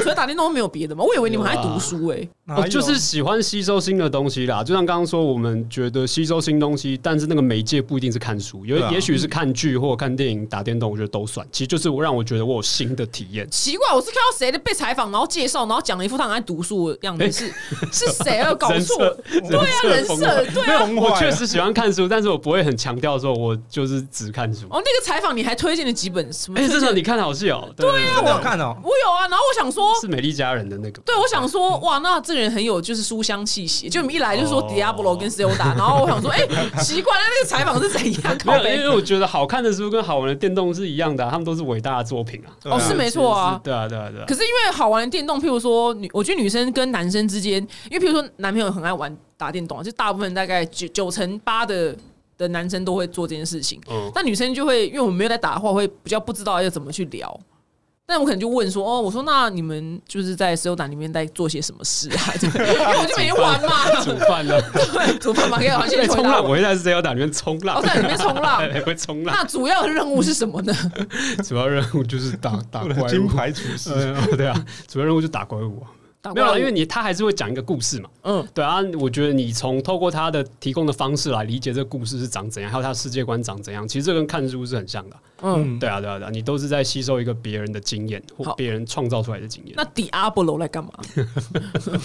A: 除了打电动都没有别的吗？我以为你们
B: 啊
A: 还在读书哎、
C: 哪
B: 哦，
C: 有
B: 就是喜欢吸收新的东西啦。就像刚刚说，我们觉得吸收新东西，但是那个媒介不一定是看书，有、
C: 对啊
B: 也许是看剧或看电影、打电动，我觉得都算。其实就是我让我觉得我有新的体验。
A: 奇怪，我是看到谁的被采访，然后介绍，然后讲了一副他很爱读书的样
B: 哎
A: 子，是是谁 啊？搞
B: 人
A: 错，
B: 设
A: 对啊，人
B: 疯
A: 设对啊。
C: 崩坏
B: 我
C: 了
B: 确实喜欢看书，但是我不会很强调说我就是只看书。
A: 哦，那个采访你还推荐了几本什么？
B: 哎、
A: 推
B: 这
A: 荐
B: 个你看好戏哦，对对
C: 真的有看哦，
A: 我有啊，然后我想说，
B: 是美丽佳人的那个。
A: 对，我想说，哇，那这个人很有就是书香气息，就你们一来就说
B: 哦
A: Diablo 跟 Zelda，然后我想 说，哎、奇怪，那那个采访是怎样？
B: 没
A: 靠
B: 有，因
A: 背
B: 为我觉得好看的书跟好玩的电动是一样的啊、他们都是伟大的作品啊。
C: 对啊
A: 哦是没错啊
B: 是是对啊，对啊，对啊
A: 可。是因为好玩的电动，譬如说女，我觉得女生跟男生之间，因为譬如说男朋友很爱玩打电动啊，就大部分大概九九成八的的男生都会做这件事情。
B: 嗯，
A: 那女生就会，因为我们没有在打的话，会比较不知道要怎么去聊。但我可能就问说，哦，我说那你们就是在 Zelda 里面在做些什么事啊？ 因为我就每天玩嘛，
B: 煮饭啊呢？
A: 对，啊煮饭嘛，可以玩，现在
B: 对，
A: 回
B: 冲
A: 答
B: 浪，
A: 我
B: 我会在 Zelda 里面冲浪
A: 哦，。在里面冲 浪。
B: 对，会冲 浪。
A: 那主要的任务是什么呢？
B: 主要任务就是打打怪
C: 金
B: 物。
C: 牌厨师，
B: 呃， 对啊，主要任务就打怪 物啊。
A: 打
B: 没有
A: 怪
B: 啦，
A: 物
B: 因为你他还是会讲一个故事嘛。
A: 嗯，
B: 对啊，我觉得你从透过他的提供的方式来理解这个故事是长怎样，还有他的世界观长怎样，其实这跟看书是很像的啊、
A: 嗯，
B: 对啊，对啊，对啊，你都是在吸收一个别人的经验或
A: 好
B: 别人创造出来的经验
A: 那。抵阿波罗来干嘛？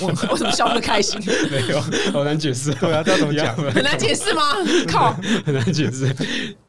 A: 我为什么笑那么开心？
B: 没有，好难解释、
C: 对啊，这要怎 么讲？
A: 很难解释吗？靠，
B: 很难解释。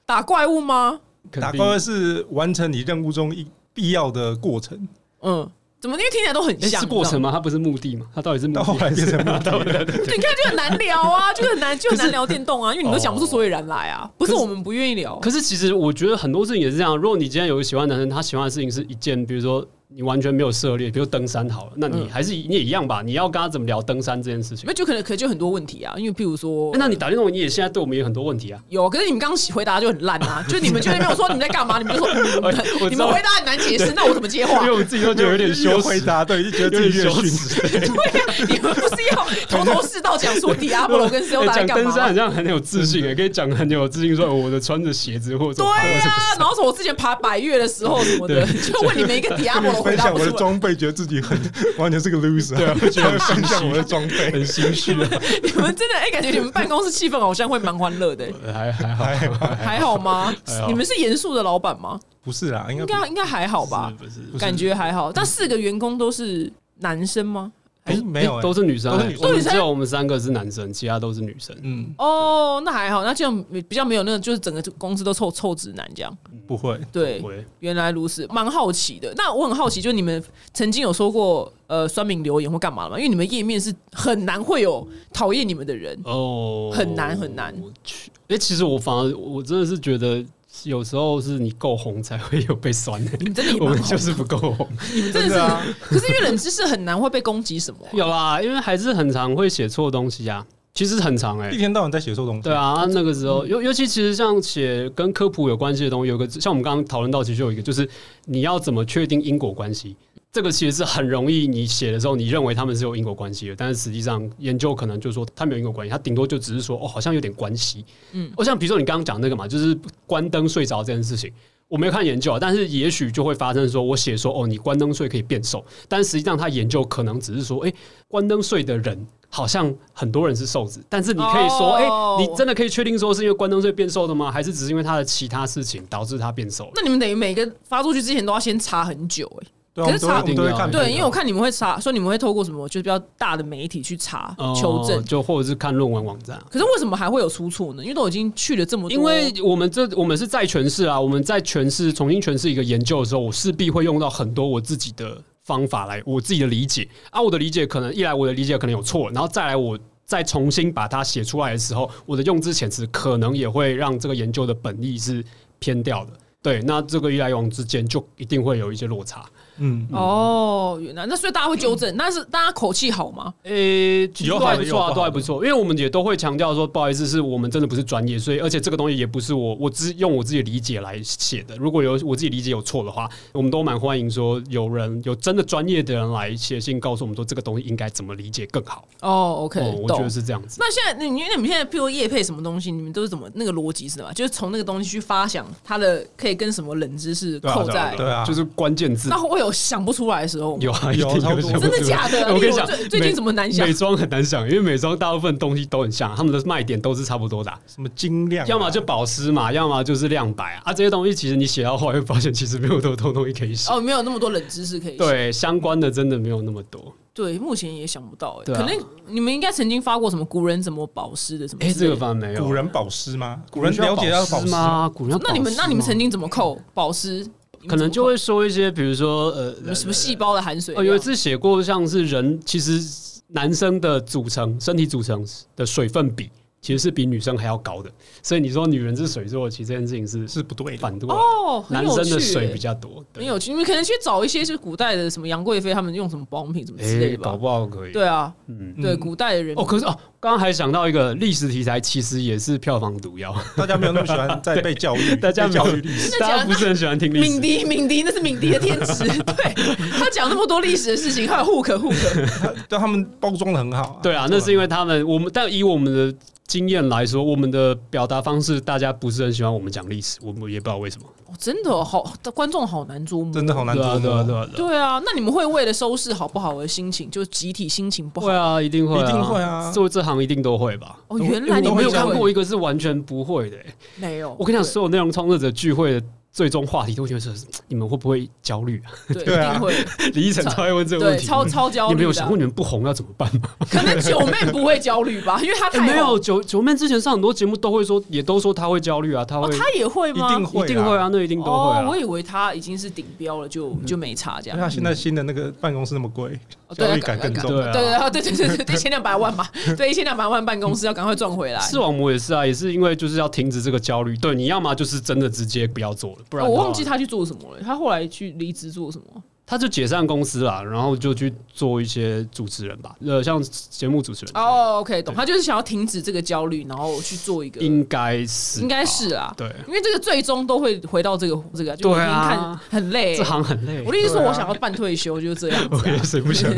A: 打怪物吗？
B: 肯
C: 打
B: 定
C: 怪是完成你任务中一必要的过程，
A: 嗯，怎么？因为听起来都很
B: 诶
A: 像
B: 哎是过程
A: 吗？
B: 吗？它不是目的吗？它到底是目的
C: 到后 来
B: 还
C: 变
B: 是
C: 成目的。
A: 对你看就很难聊啊，就很难，就很难聊电动啊，因为你都讲不出所以然来啊。不是我们不愿意聊，
B: 哦可是其实我觉得很多事情也是这样。如果你今天有个喜欢的男生，他喜欢的事情是一件，比如说你完全没有涉猎，比如登山好了，那你
A: 嗯
B: 还是、你也一样吧？你要跟他怎么聊登山这件事情？
A: 那就可能可能就很多问题啊。因为譬如说
B: 欸，那你打电动，你也现在对我们有很多问题啊。
A: 有，可是你们刚刚回答就很烂啊，就你们就在那边我说你们在干嘛，你们 就说
B: 我
A: 嗯
B: 哎我
A: 你
B: 知
A: 们
B: 道
A: 回答很难解释，那我怎么接话
B: 因为？我们自己都觉得有点羞
C: 回
B: 耻，
C: 答，对，就觉得自己越
B: 有点羞
C: 逊。
A: 你们不是要头头是道讲说 Diablo 跟 Zelda 在
B: 欸讲
A: 干
B: 登
A: 嘛啊
B: 山好
A: 吗？
B: 像很有自信，也可以讲很有自信，说哦我的穿着鞋子或者
A: 对啊，然后说我之前爬百越的时候什么的，就问你们一个
C: 跟你
A: Diablo 回
C: 分
A: 答
C: 享
A: 不
C: 我的
A: 出来，
C: 装备，觉得自己很完全是个 loser。
B: 对啊会觉得很
C: 分
B: 心
C: 享
B: 虚
C: 我的装备，
B: 很心虚啊，
A: 你们真的哎、感觉你们办公室气氛好像会蛮欢乐 的、
B: 呃还还好，
C: 还
A: 还好吗
B: 还？好
A: 你们是严肃的老板吗？
C: 不是啦，应
A: 应
C: 该
A: 该应该还好吧，
B: 不是？嗯
A: 感觉还好。但四个员工都是男生吗？
C: 不是没有欸
B: 都是女生
C: 都是
B: 欸，
C: 女生
B: 我们只有我们三个是男生，其他都是女生。
C: 嗯，
A: 哦，那还好，那这样比较没有那个，就是整个公司都臭臭直男这样。
C: 不会，
A: 对，
B: 喂，
A: 原来如此，蛮好奇的。那我很好奇，就你们曾经有说过呃酸民留言或干嘛吗？因为你们页面是很难会有讨厌你们的人，
B: 哦，
A: 很难很难
B: 我去，哎，其实我反而我真的是觉得。有时候是你够红才会有被酸 的，
A: 你们真的也
B: 我
A: 蛮
B: 们
A: 好
B: 就
A: 的，
B: 是不够红。
A: 你们真的是。可是因为冷知识很难会被攻击什么啊、
B: 有啦，因为还是很常会写错东西啊，其实很常哎、
C: 一天到晚在写错东西。
B: 对啊，那个时候尤尤其其实像写跟科普有关系的东西，有个像我们刚刚讨论到，其实有一个就是你要怎么确定因果关系，这个其实是很容易。你写的时候，你认为他们是有因果关系的，但是实际上研究可能就说它没有因果关系，它顶多就只是说哦，好像有点关系。嗯，我像比如说你刚刚讲那个嘛，就是关灯睡着这件事情。我没有看研究啊，但是也许就会发生说，我写说哦，你关灯睡可以变瘦，但实际上他研究可能只是说，哎、关灯睡的人好像很多人是瘦子，但是你可以说，哎、
A: 哦
B: 你真的可以确定说是因为关东碎变瘦的吗？还是只是因为他的其他事情导致他变瘦了？
A: 那你们等于每个发出去之前都要先查很久、欸，
C: 对啊，啊
A: 可
C: 我
A: 是
C: 们都会
A: 查
C: 我们都会看，
A: 对，因为我看你们会查，说你们会透过什么，就是比较大的媒体去查求证
B: 哦。就或者是看论文网站啊。
A: 可是为什么还会有出错呢？因为都已经去了这么多，
B: 因为我们这我们是在诠释啊，我们在诠释重新诠释一个研究的时候，我势必会用到很多我自己的方法来我自己的理解啊，我的理解可能一来我的理解可能有错，然后再来我。再重新把它写出来的时候，我的用字遣词可能也会让这个研究的本意是偏掉的。对，那这个一来一往之间就一定会有一些落差。
C: 嗯，
A: 哦，原来那所以大家会纠正，但是大家口气好吗？
B: 呃、欸，
C: 有
B: 都
C: 好
B: 还
C: 的
B: 不
C: 也
B: 错
C: 有不
B: 啊，
C: 好
B: 都还
C: 的
B: 不错，因为我们也都会强调说，不好意思，是我们真的不是专业，所以而且这个东西也不是我我只用我自己的理解来写的。如果有我自己理解有错的话，我们都蛮欢迎说有人有真的专业的人来写信告诉我们说这个东西应该怎么理解更好。
A: 哦，OK，
B: 哦，我觉
A: 懂
B: 得。是这样子。
A: 那现在你因为你们现在，譬如叶配什么东西，你们都是怎么那个逻辑是吧？就是从那个东西去发想它的可以跟什么冷知识
C: 对啊
A: 扣
C: 对啊
A: 在，
C: 对啊，
B: 就是关键字
A: 那会有想不出来的时候吗？
B: 有啊，
C: 有
B: 一定
C: 差不多
B: 想
A: 真的
B: 出来
A: 假的？
B: 哎我跟
A: 例
B: 你
A: 如
B: 讲，
A: 最最
B: 美
A: 近怎么难想
B: 美？妆很难想，因为美妆大部分东西都很像，他们的卖点都是差不多的啊、
C: 什么精亮啊，
B: 要么就保湿嘛，要么就是亮白啊。啊这些东西其实你写到后来会发现，其实没有多多东西可以写。
A: 哦，没有那么多冷知识可以写。
B: 对，相关的真的没有那么多。
A: 对，目前也想不到、欸，
B: 对啊
A: 可能你们应该曾经发过什么古人怎么保湿的什么
B: 哎、
A: 之
B: 这
A: 类
B: 个
A: 的？
B: 反而没有。
C: 古人保湿吗？
B: 嗯
C: 古人了解到保
B: 保
C: 湿
B: 湿？吗？古人要
A: 哦那你们
B: 保湿
A: 那你们
B: 吗
A: 曾经怎么扣保湿？
B: 可能就
A: 会
B: 会说一些，比如说呃，
A: 什么细胞的含水
B: 呃，
A: 量？
B: 有一次写过像是人其实男生的组成身体组成的水分比其实是比女生还要高的，所以你说女人是水做，其实这件事情是
C: 是不对的，
B: 反过来，
A: 哦，很
B: 男
A: 有
B: 生
A: 趣、
B: 的水比
A: 欸。
B: 较多。对
A: 很有趣，你们可能去找一些就是古代的什么杨贵妃他们用什么保养品什么之类
B: 哎，
A: 的吧
B: 搞。不好可以。
A: 对啊，
B: 嗯
A: 对，
C: 嗯
A: 古代的人
B: 哦，可是哦，刚刚还想到一个历史题材，其实也是票房毒药，
C: 大家没有那么喜欢在被教育，
B: 大家
C: 被
B: 没有
C: 教育历史，
B: 大家不是很喜欢听历
A: 敏
B: 史。
A: 迪，敏迪那是敏迪的天 职。对他讲那么多历史的事情，还有 hook hook，
C: 他但他们包装的很好啊，
B: 对啊，那是因为他们我们，但以我们的经验来说，我们的表达方式大家不是很喜欢我们讲历史，我们也不知道为什么。
A: 哦，真的哦好，观众好难捉摸，
C: 真的哦好难
B: 对啊，
C: 捉
B: 对啊，对
C: 摸，
B: 啊，对啊
A: 对啊，那你们会为了收视好不好而心情，就集体心情不好
B: 会？啊，一定会，
C: 一定会啊
B: 做这行一定都会吧。
A: 哦，原来你
B: 我
A: 们
B: 没有
A: 会
B: 看过一个是完全不会的、欸
A: 没有？
B: 我跟你讲，所有内容创作者聚会的最终话题，都觉得是你们会不会焦虑啊？
A: 对，
C: 对啊
A: 一定会，
B: 李依晨超爱问这个问
A: 对，
B: 题，
A: 超超焦
B: 你们
A: 虑
B: 有想过
A: 的。
B: 你们不红要怎么办吗？
A: 可 能九妹不会焦虑吧，因为她
B: 欸
A: 太
B: 没有
A: 红
B: 九九妹之前上很多节目都会说，也都说她会焦虑啊，她
A: 哦
B: 会、，
A: 她也会吗？
C: 一定会啊
B: 一定会啊，那一定都会
A: 哦
B: 啊，。嗯
A: 我以为她已经是顶标了，就就没差这
C: 因为他
A: 样。
C: 现在新的那个办公室那么贵，
A: 哦对啊
C: 教育感更
A: 感
C: 重。
B: 对
A: 对
B: 啊，
A: 对对对对对对，一千两百万 吧，对一千两百万办公室要赶快赚回来。
B: 视网膜也是啊，也是因为就是要停止这个焦虑。对，你要么就是真的直接不要做了，不然
A: 哦
B: 的
A: 我
B: 话
A: 忘记她去做什么了，她后来去离职做什么？
B: 他就解散公司啦，然后就去做一些主持人吧，呃，像节目主持人，
A: 哦，OK，懂，她就是想要停止这个焦虑，然后去做一个，
B: 应该是吧
A: 应该是啦。
B: 对，
A: 因为这个最终都会回到这个这个，就每
B: 对
A: 天
B: 啊
A: 看很累、
B: 这行很累
A: 我。的意思是
C: 对啊
A: 我想要半退休，就是这样子、
B: 我也
A: 啊。
B: 是不想，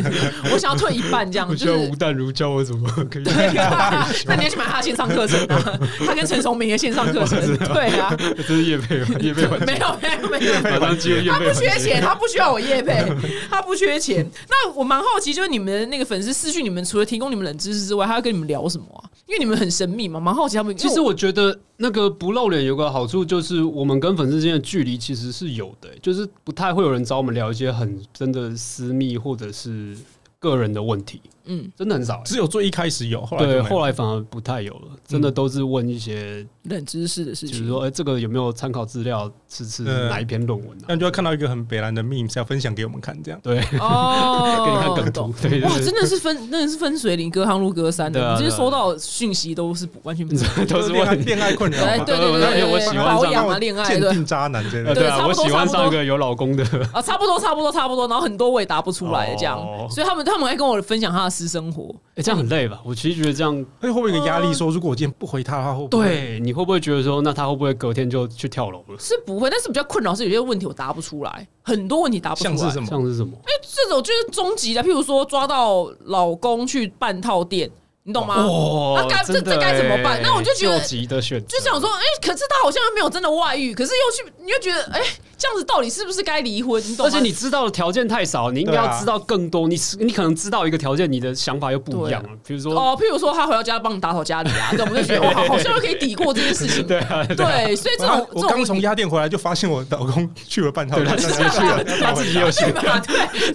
A: 我想要退一半这样，
B: 不
A: 就
B: 需要
A: 是
B: 吴。淡如教我怎么可以。
A: 对啊， 那你要去买他的线上课程啊，他跟陈崇明的线上 课程，对啊，
B: 这是叶佩吧，叶佩吧，
A: 没有没有没有，
B: 马上接叶
A: 他
B: 佩
A: 不
B: 吧。
A: 缺钱，他不需要我业配，他不缺钱。那我蛮好奇，就是你们的那个粉丝私讯，你们除了提供你们冷知识之外，还要跟你们聊什么啊？因为你们很神秘嘛，蛮好奇他们。
B: 其实我觉得那个不露脸有个好处，就是我们跟粉丝之间的距离其实是有的、欸就是不太会有人找我们聊一些很真的私密或者是个人的问题，
A: 嗯，
B: 真的很少、欸。
C: 只有最一开始有，后来
B: 对，
C: 就没有
B: 后来反而不太有了，真的都是问一些，
A: 冷知识的事
B: 就
A: 情，
B: 是说，哎、这个有没有参考资料？是是
C: 嗯
B: 哪一篇论文 啊？
C: 但就会看到一个很北蓝的 meme 是要分享给我们看，这样
B: 对，
A: 哦，
B: 给你看梗
A: 懂
B: 图，对，
A: 哇，
B: 对
A: 真的是分，真的是分水岭，隔行如隔山
B: 对啊
A: 的。你
B: 对啊
A: 这些收到的讯息都是不完全不一样。
B: 对啊都是
C: 恋爱
B: 问。
C: 恋爱困扰
A: 哎
C: 嘛，
A: 对对对
B: 我
A: 对
B: 我
A: 对
B: 喜欢
A: 保
B: 上
A: 养啊，恋爱
C: 鉴
A: 对
C: 定渣男之类
B: 呃，
C: 的。
B: 对
A: 差
B: 啊，
A: 不
B: 我
A: 多
B: 喜欢
A: 差不多
B: 上一个有老公的，
A: 啊，差不多差不多差不多，然后很多我也答不出来这样
B: 哦，
A: 所以他们他们还跟我分享他的私生活，
B: 哎，这样很累吧？我其实觉得这样，
C: 哎，会不会有一个压力？说如果我今天不回他的话，会不会？
B: 对，你会不会觉得说，那他会不会隔天就去跳楼了？
A: 是不会，但是比较困扰是有些问题我答不出来，很多问题答不出来。
C: 像是什么？
B: 像是什么？
A: 这种就是终极的，譬如说抓到老公去办套店，你懂吗？
B: 哦
A: 啊那该这
B: 真的
A: 这该怎么
B: 欸
A: 办那我就觉得
B: 救急的选择，
A: 就想说，哎、可是他好像又没有真的外遇，可是又去，你又觉得，哎、这样子到底是不是该离婚？你懂
B: 而
A: 吗？
B: 且你知道的条件太少，你应该
C: 对
B: 要
C: 啊
B: 知道更多。你你可能知道一个条件，你的想法又不一样了。比如说，
A: 哦，譬如说他回到家帮你打扫家里 啊，这种我们就觉得哇，好像又可以抵过这件事情。
B: 对 啊，
A: 对，所以这种这
C: 我
A: 种
C: 刚从鸭店回来就发现我老公去了半套，他
B: 自己去 了他自己也有兴
A: 对
B: 趣。
A: 吧？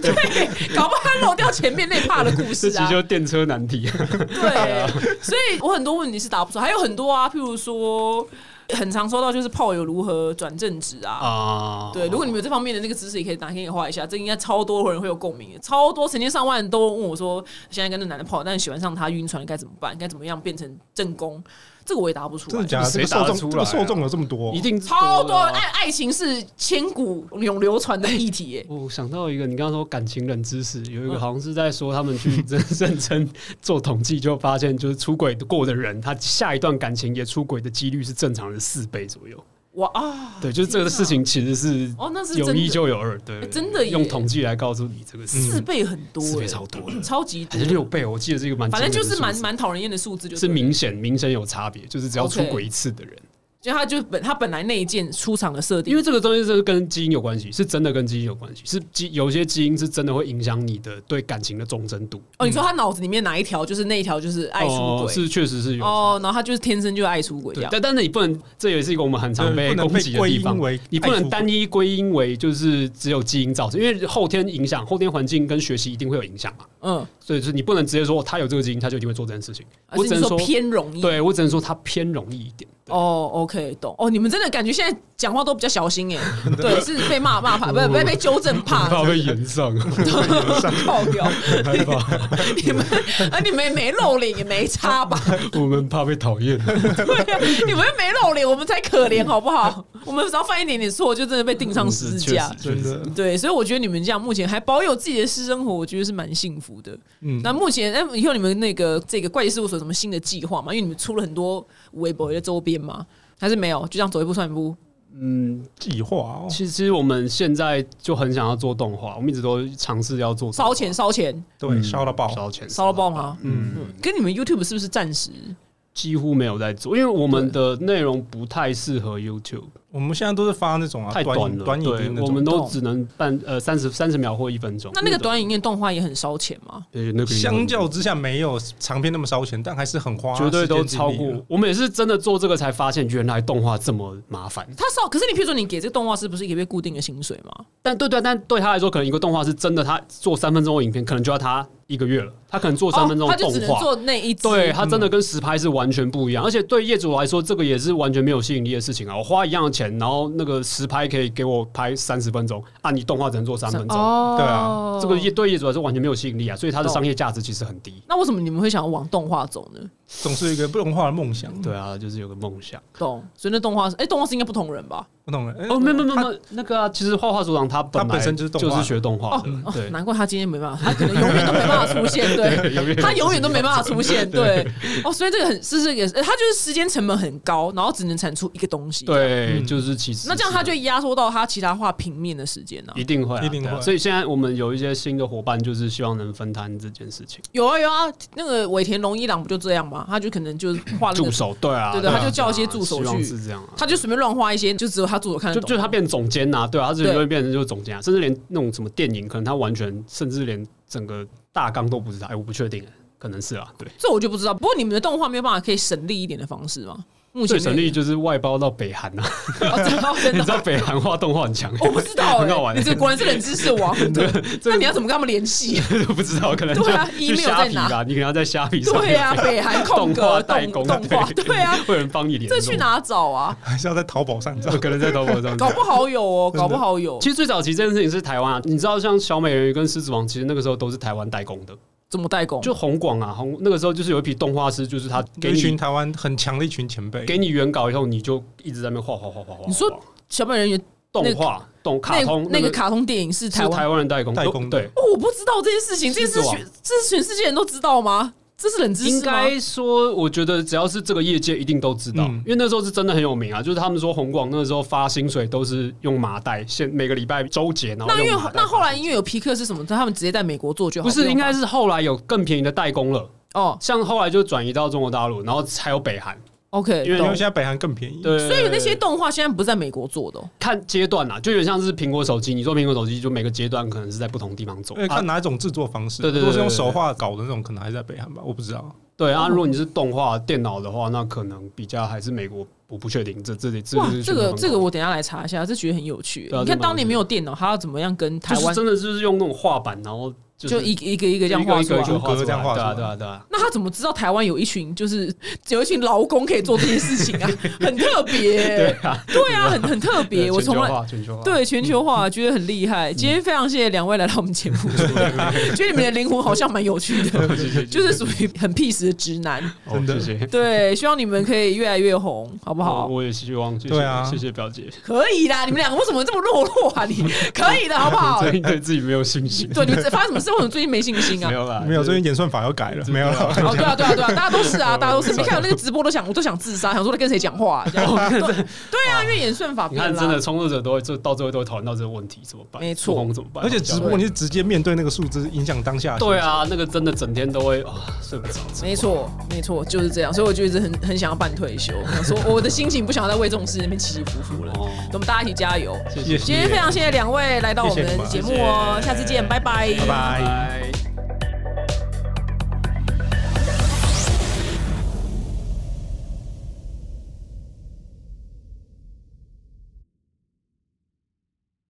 A: 对对，搞不好他漏掉前面那怕的故
B: 这
A: 事
B: 其
A: 啊
B: 实。就是电车难 题，啊
A: 对，所以我很多问题是答不出来，还有很多啊，譬如说，很常收到就是炮友如何转正职啊。
B: 啊。
A: 对，如果你们有这方面的那个知识，也可以哪天也画一下，这应该超多人会有共鸣的，超多成千上万都问我说，现在跟那男的泡，但是喜欢上他晕船该怎么办？该怎么样变成正宫？这个我也答不出来。
C: 真的假的？这
B: 谁
C: 个
B: 打
C: 受
B: 得
C: 众，这
B: 出来
C: 个
B: 啊
C: 受众有这么多
B: 一，定
A: 超多哎
B: 的啊
A: 爱爱情是千古永流传的议题耶。
B: 我哦想到一个，你刚刚说感情冷知识，有一个
A: 嗯
B: 好像是在说他们 去认认真做统计，就发现就是出轨过的人，他下一段感情也出轨的几率是正常人四倍左右。
A: 哇啊！
B: 对，就是这个
A: 天哪
B: 事情其实是
A: 哦那是
B: 有
A: 真
B: 一
A: 的
B: 就有二，对，
A: 哎真的耶
B: 用统计来告诉你这个事
A: 嗯四倍很多耶，
B: 四倍超多的
A: 超级多
B: 还是六倍，我记得这个蛮
A: 反
B: 惊
A: 正就
B: 人的数字，
A: 是蛮蛮讨人厌的数字，就是对了
B: 明显明显有差别，就是只要
A: OK
B: 出轨一次的人，
A: 就他就本他本来那一件出场的设定，
B: 因为这个东西是跟基因有关系，是真的跟基因有关系，是基有些基因是真的会影响你的对感情的忠贞度。
A: 哦，你说他脑子里面哪一条就是那一条就是爱出
B: 哦
A: 轨
B: 是确实是有差
A: 哦，然后他就是天生就爱出轨这
B: 对
A: 样，。
B: 但但是你不能，这也是一个我们很常
C: 对
B: 被
C: 不能
B: 攻
C: 被
B: 击的
C: 归
B: 地
C: 因
B: 方。
C: 为
B: 你不能
C: 爱出
B: 单一归因为就是只有基因造成，因为后天影响、后天环境跟学习一定会有影响嘛。
A: 嗯，
B: 所以就是你不能直接说哦他有这个基因，他就一定会做这件事情。
A: 而
B: 我
A: 是
B: 只
A: 你
B: 能
A: 说
B: 说，
A: 偏容易
B: 对我只能说他偏容易一点。
A: 哦，OK，懂哦。你们真的感觉现在讲话都比较小心耶， 对，是被骂骂怕，不是被被纠正 怕，
B: 被延上，
A: 靠掉。你们啊，你们也没露脸也没差 吧？
B: 我们怕被讨 厌。
A: 对呀、你们没露脸，我们才可怜好不好？我们只要犯一点点错，就真的被钉上十字
B: 嗯
A: 架。
C: 真的，
A: 对，所以我觉得你们这样目前还保有自己的私生活，我觉得是蛮幸福的。
C: 嗯
A: 那目前，那以后你们那个这个怪异事务所有什么新的计划吗？因为你们出了很多微博的周边嘛，还是没有？就这样走一步算一步。
B: 嗯，
C: 计划哦，
B: 其实我们现在就很想要做动画，我们一直都尝试要做动画
A: 烧钱，烧钱，
C: 对，烧到爆，
B: 烧钱，
A: 烧到爆吗？
C: 嗯，
A: 嗯，跟你们 YouTube 是不是暂时？
B: 几乎没有在做，因为我们的内容不太适合 YouTube，
C: 我们现在都是发那种啊，
B: 太
C: 短
B: 短
C: 影
B: 了，
C: 短影
B: 对
C: 音，那
B: 我
C: 种
B: 们，都只能半呃三十三十秒或一分钟。
A: 那那个短影片动画也很烧钱吗？
B: 对，那个
C: 相较之下没有长篇那么烧钱，但还是很花，
B: 绝对都超过。。我们也是真的做这个才发现，原来动画这么麻烦。
A: 它烧，可是你譬如说你给这个动画师不是也被固定的薪水吗？
B: 但对对，但对他来说，可能一个动画是真的，他做三分钟的影片，可能就要他一个月了。他可能做三分钟
A: 哦
B: 的
A: 他就
B: 动
A: 只能
B: 画，
A: 做那一支。
B: 对他真
C: 嗯
B: 的跟实拍是完全不一样。而且对业主来说，这个也是完全没有吸引力的事情啊！我花一样的钱，然后那个实拍可以给我拍三十分钟，啊，你动画只能做三分钟，
A: 哦，
C: 对啊
B: 这个业对业主来说完全没有吸引力啊，所以它的
A: 懂
B: 商业价值其实很低。
A: 那为什么你们会想要往动画走呢？
C: 总是有一个不融化的梦想，
B: 对啊，就是有个梦想。
A: 懂，所以那动画师，哎、动画师应该不同人吧？
C: 不懂了。哎
B: 哦，没有没有没有，那个啊，其实画画组长他本
C: 他
B: 来
C: 本身就是动画
B: 就是学动画
A: 哦
B: 的，
A: 哦
B: 对，
A: 难怪他今天没办法，他可能永远都没办法出现， 对，
B: 永远
A: 他永远都没办法出现，对，哦，所以这个很是这个，呃他就是时间成本很高，然后只能产出一个东西，。
B: 对，
C: 嗯
B: 就是其实
A: 啊那这样他就压缩到他其他画平面的时间呢、啊
B: 一？定会啊
C: 一定会
B: 对啊所以现在我们有一些新的伙伴，就是希望能分摊这件事情，
A: 有啊有啊，那个尾田荣一郎不就这样吗？他就可能就是画那
B: 助
A: 个，
B: 手对啊，
A: 对对
B: 啊
A: 他就叫一些助手
B: 希望
A: 去
B: 是这样啊。
A: 他就随便乱画一些，就只有他助手看得
B: 就
A: 懂。
B: 就他变总监呐、对啊，他就
A: 对
B: 会变成就是总监啊，甚至连那种什么电影，可能他完全，甚至连整个大纲都不是他，哎、我不确定，可能是啊，对。
A: 这我就不知道。不过你们的动画没有办法可以省力一点的方式吗？目前
B: 最省
A: 没有
B: 力就是外包到北 韩啊，
A: 哦，真的哦真
B: 你
A: 的
B: 知
A: 哦。
B: 道北韩画动画很强，
A: 我不知道、欸，
B: 很好玩
A: 你这果然是冷知识 王。那你要怎么跟他们联系？
B: 不知道，可能就
A: 对啊
B: 就
A: email
B: 虾
A: 在
B: 皮
A: 哪
B: 吧，你可能要在虾皮上面
A: 对啊，北韩空
B: 动
A: 格
B: 画代
A: 动
B: 工
A: 动画，对啊，
B: 会有人帮你联
A: 这
B: 络，
A: 去？哪找啊？
C: 还是要在淘宝上找。
B: 可能在淘宝上
A: 搞不好有 哦，搞不好有
B: 其。实最早期这件事情是台湾啊，你知道像小美人鱼跟狮子王，其实那个时候都是台湾代工的，
A: 怎么代工？
B: 就红广啊，红那个时候就是有一批动画师，就是他
C: 有
B: 给
C: 一
B: 你
C: 群台湾很强的一群前辈，
B: 给你原稿以后，你就一直在那边画画画画画画。
A: 你说小美人鱼
B: 动画、动卡
A: 那
B: 通
A: 那个卡通电影是台
B: 是
A: 湾
B: 台？湾人代工
C: 代工的
B: 对，
A: 哦我不知道这件事情，这
B: 狮
A: 件
B: 子
A: 事
B: 王
A: 全这是全世界人都知道吗？这是冷知识吗
B: 应该说，我觉得只要是这个业界，一定都知道，
C: 嗯
B: 因为那时候是真的很有名啊。就是他们说红广那时候发薪水都是用麻袋，现每个礼拜周结，然后
A: 那因
B: 用
A: 为
B: 麻袋
A: 那后来因为有皮克是什么，他们直接在美国做就好。
B: 不是
A: 用
B: 应
A: 吧
B: 该是后来有更便宜的代工了，
A: 哦
B: 像后来就转移到中国大陆，然后还有北韩，
A: OK，
B: 因为
C: 因为
A: 懂
C: 现在北韩更便宜。
B: 对，
A: 所以那些动画现在不是在美国做的哦、
B: 看阶段啦，就有点像是苹果手机，你做苹果手机，就每个阶段可能是在不同地方走
C: 因为
B: 啊
C: 看。哪种制作方式，
B: 对对对
C: 如果是用
B: 对对
C: 手画搞的那种，可能还在北韩吧，我不知道。
B: 对啊，如果你是动画电脑的话，那可能比较还是美国，我不确定这这里这
A: 哇，
B: 是
A: 这
B: 全部
A: 个
B: 很
A: 这个
B: 高
A: 我等一下来查一下，这觉得很有趣。
B: 对啊
A: 你
B: 这蛮
A: 看
B: 有
A: 当年没有电脑，他要怎么样跟台
B: 就是
A: 湾
B: 真的就是用那种画板，然后就
A: 就是一个一个一个
B: 一
A: 这样画出
B: 个一个
A: 来？
B: 画出来
C: 这样画出
B: 对啊
C: 来
B: 对啊对啊。
A: 那他怎么知道台湾有一群就是有一群劳工可以做这些事情 啊？很特别、
B: 对啊，
A: 对啊，很很特别。
B: 对
A: 我
B: 全
A: 从
B: 球
A: 来
B: 化嗯全球化，
A: 对全球化觉得很厉害。今天非常谢谢两位来到我们节 目，觉得你们的灵魂好像蛮有趣的，
B: 谢谢，
A: 就是属于很 peace 的直男。
B: 真的谢谢，
A: 对，希望你们可以越来越红，好不
B: 我
A: 好？
B: 哦我也希望，谢谢
C: 对啊
B: 谢谢表姐，
A: 可以啦，你们两个为什么这么落落啊？ 你可以的，好不好？
B: 最近对自己没有信心，
A: 对，你们发生什么事？为什么最近没信心啊
B: 没？有啦，
C: 没有，
B: 就
C: 最
B: 是
C: 近演算法要改了，没 有了。
A: 哦，对啊，对啊，对啊，大家都是啊，大家都是。你看有那个直播都想，我都想自杀，想说在跟谁讲话、这样对 对啊，因为演算法
B: 你
A: 变
B: 看，
A: 了
B: 真的
A: 啊。
B: 冲突者都会，就到最后都会讨论到这个问题，怎么办？
A: 没错
B: 不红怎么办？啊
C: 而且直播你是直接面对那个数字，影响当下。
B: 对，啊，那个真的整天都会啊睡不着。
A: 没错，没错，就是这样。所以我就一直很很想要办退休，想说我的心情不想要再为这种事那边起起伏伏了。
B: 哦
A: 我们大家一起加油！
B: 谢
C: 谢
B: 谢，
C: 谢
A: 今天非常谢谢两位来到我们
C: 谢谢
A: 的
C: 你们
A: 节目哦，下次见，拜拜，拜
C: 拜拜。
B: 拜。